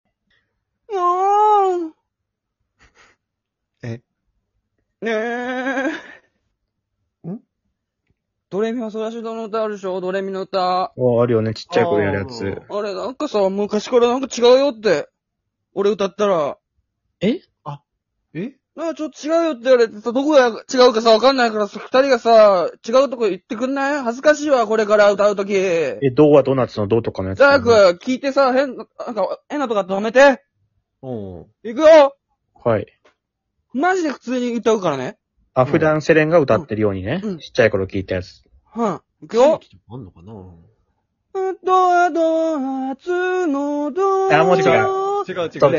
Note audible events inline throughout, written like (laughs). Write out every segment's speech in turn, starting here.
(laughs) えねえ。んドレミファソラシドの歌あるでしょドレミの歌。ああるよね、ちっちゃい子やるやつ。あれ、なんかさ、昔からなんか違うよって。俺歌ったら。えなんかちょっと違うよって言われてさ、どこが違うかさ、わかんないからさ、二人がさ、違うとこ言ってくんない恥ずかしいわ、これから歌うとき。え、どうはドーナツのどうとかのやつ。ザーク、聞いてさ、変な、なんか、変なとか止めて。うん。行くよはい。マジで普通に歌うからね。あ、普段セレンが歌ってるようにね。うんちっちゃい頃聞いたやつ。うん。行くよあんのかなドアドアツのドあもう違う。違う違違うう違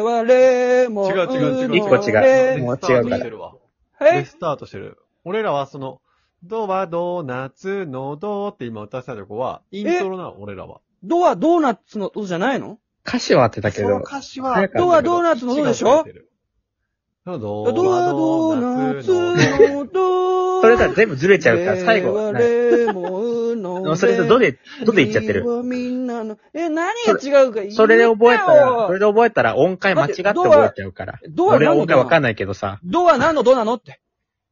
レはレモンの。違う違う違う一個違う。もうレスタ違ーうトから。してるわ。はレい。スタートしてる。俺らはその、ドはドーナツのドーって今歌ってたとこは、イントロなの、俺らは。ドアドーナツの音じゃないの歌詞は合ってたけそのど。歌詞早は、かったけどドはドーナツのドでしょドドはドアドーーナナツツのドのド。 (laughs) それだ、全部ずれちゃうから、最後。ははレモンの。い (laughs) それとドで、ドで言っちゃってる。みんなの、え、何が違うか言ってよそれで覚えたら、それで覚えたら音階間違って覚えちゃうから。ドア俺は何の音ド階わかなんないけどさ。ドア何のドなのって。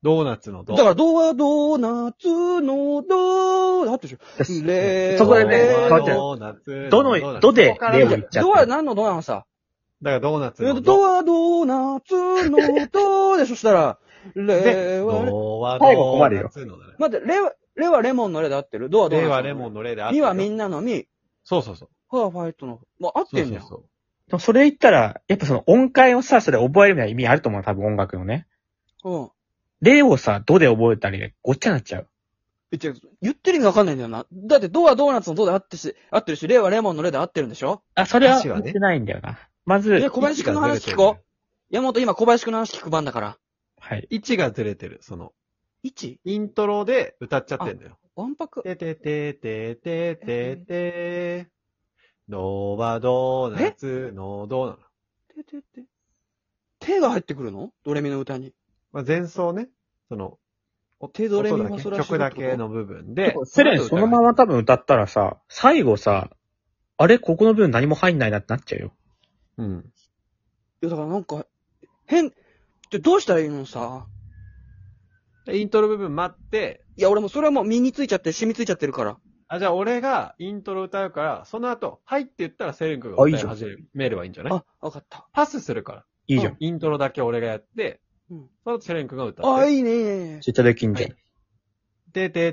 ドーナツのドだから、ドアドーナツのドだってしょ。レそこでね、レ変わっちゃう。ドーナツどの、どでだ、レを言っちゃドアった。何のドなのさ。からドーナツのド。ドアドーナツのドでしょ、そしたら。レはレ、ドは最後ここドまでーよナツのドね。待って、レは、レはレモンのレで合ってるドアドーナレツ。はレモン。ンのレであミはみな。んなのミ。そうそうそう。ファーファイトの。もう合っそてうんそじうゃん。そう。でもそれ言ったら、やっぱその音階をさ、それ覚えるには意味あると思う。多分音楽のね。うん。例をさ、どで覚えたりでごっちゃになっちゃう。え、違う、言ってる意味わかんないんだよな。だって、ドアドーナツのドで合ってし、合ってるし、レはレモンのレで合ってるんでしょあ、それは歌詞言はねってないんだよな。まず、いや、小林くんの話聞こう。山本今小林くんの話聞く番だから。はい。位置がずれてる。その、 1? イントロで歌っちゃってんだよ。ワンパク。ててててててて、ドはドーナツのドーナてツ。てて。手が入ってくるのドレミの歌に。まあ、前奏ね。その、お手ドレミファ音ソだラけシドっ曲てだことけの部分で、セレンそのまま多分歌ったらさ、最後さ、あれここの部分何も入んないなってなっちゃうよ。うん。いや、だからなんか、変、ってどうしたらいいのさ。イントロ部分待って、いや、俺もそれはもう身についちゃって、染みついちゃってるから。あ、じゃあ俺がイントロ歌うから、その後、はいって言ったらセレン君があいい歌いじゃん始めればいいんじゃないあ、わかった。パスするから。いいじゃん。イントロだけ俺がやって、うんその後セレン君が歌っあ、て。いいね、いいね。ちっちゃできんじゃん。ててて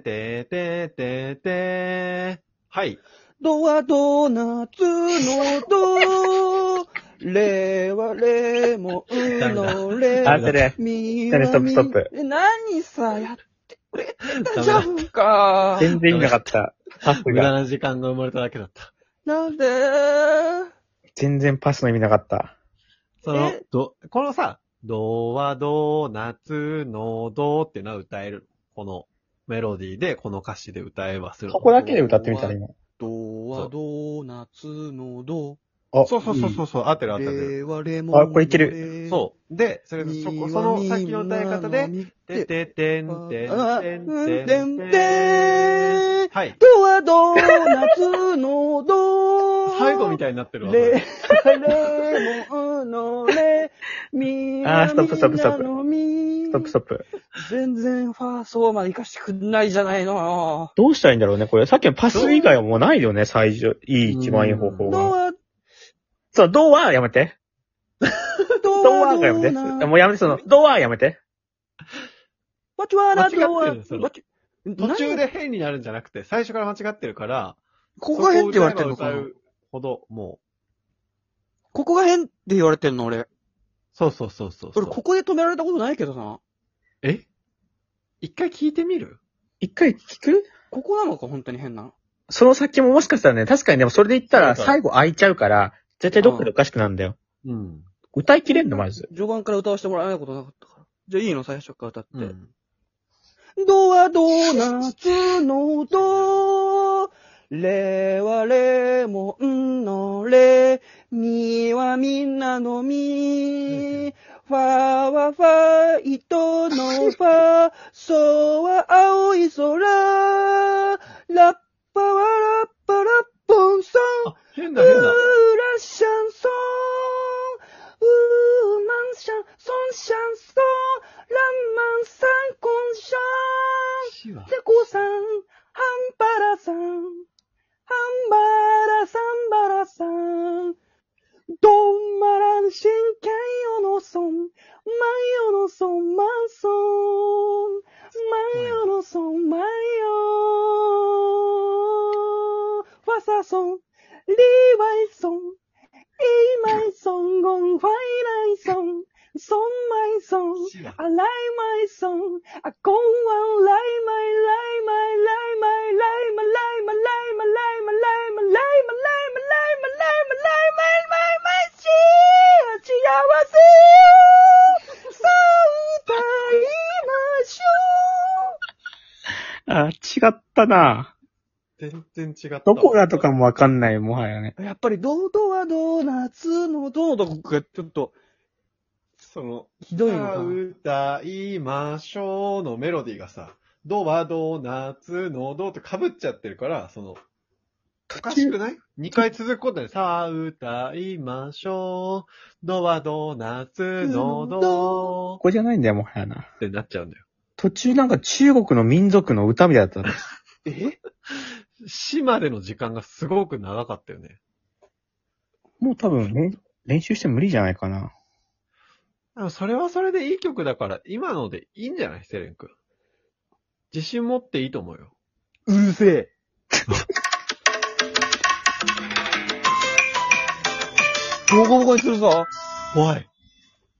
てててて、はい。ドアドーナツのドー、レはレモンのレ、あ、それ、ミダメはストップストップミえ、何さ、やってくれたじゃんか。全然意味なかった。パス無駄が、な時間が生まれただけだった。なんで全然パスの意味なかった。そのえ、ど、このさ、ドはドーナツのドーっていうのは歌える。このメロディーで、この歌詞で歌えばする。ここだけで歌ってみたら今。ドアドーナツのドあ、そうそうそうそうそう、合ってる合ってる。レはレモンのレ。あこれいけるう。そう。で、それ、そこ、その先の歌い方で、てててあんてんあてんうんててんんてん。てんはい。ドアドーナツのドー。最後みたいになってるわ。そレれ、レモンのレ、ミ (laughs) あーストップストップストップミストップストップ。全然ファーソーまで行かしてくんないじゃないの。どうしたらいいんだろうね、これ。さっきのパス以外はもうないよね、最上、いい、一番いい方法が。ドア、そう、ドアはやめて。ドドアアがやめて。ナもうやめて、その、ドアはやめて。ワチワラド間違アってるそれ、ワチ途何中。で変になるんじゃなくて、最初から間違ってるから、ここが変って言われてるのかそこなを歌えば歌うほど、もう。ここが変って言われてんの俺。そうそうそうそうそう。俺、ここで止められたことないけどな。え一回聞いてみる一回聞くここなのか、本当に変なの。その先ももしかしたらね、確かにでもそれで言ったらそうそう最後空いちゃうから、絶対どっかでおかしくなるんだよ。うん。歌いきれんの、まず。序盤から歌わせてもらえないことなかったから。じゃあいいの最初から歌って。うん。ドアドーナツのドレはレモンのレ、ミはみんなのミ、ファはファイトのファ、ソは青い空、ラッパはラッパラッポンソン、あ、変だ変ウーだ。ラシャンソン、ウーマンシャン、ソンソン、マンソン。マイオロソン、マイオ。ファサソン、リーワイソン。イーマイソン、ゴン、ファイライソン。ソンマイソン。知らん I like my song. I go on like my, like my, like my, like my, like my, like my, like my, like my, like my, like my, like my, like my, like my, like my, 幸せをさあ歌いましあ、違ったな。全然違った。どこがとかもわかんない、もはやね。ょう。やっぱりドドはドーナツのドーどこがちょっと、その、ひどいさあのか。歌いましょうのメロディーがさ、ドはドーナツのドーって被っちゃってるから、その、おかしくない ?2 回続くことで、さあ歌いましょう、ドはドーナツのドこーこじゃないんだよ、もはやな。ってなっちゃうんだよ。途中なんか中国の民族の歌みたいだったの。え死までの時間がすごく長かったよね。もう多分、ね、練習して無理じゃないかな。でもそれはそれでいい曲だから、今のでいいんじゃないセレン君。自信持っていいと思うよ。うるせえ。ボコボコにするぞ。おい。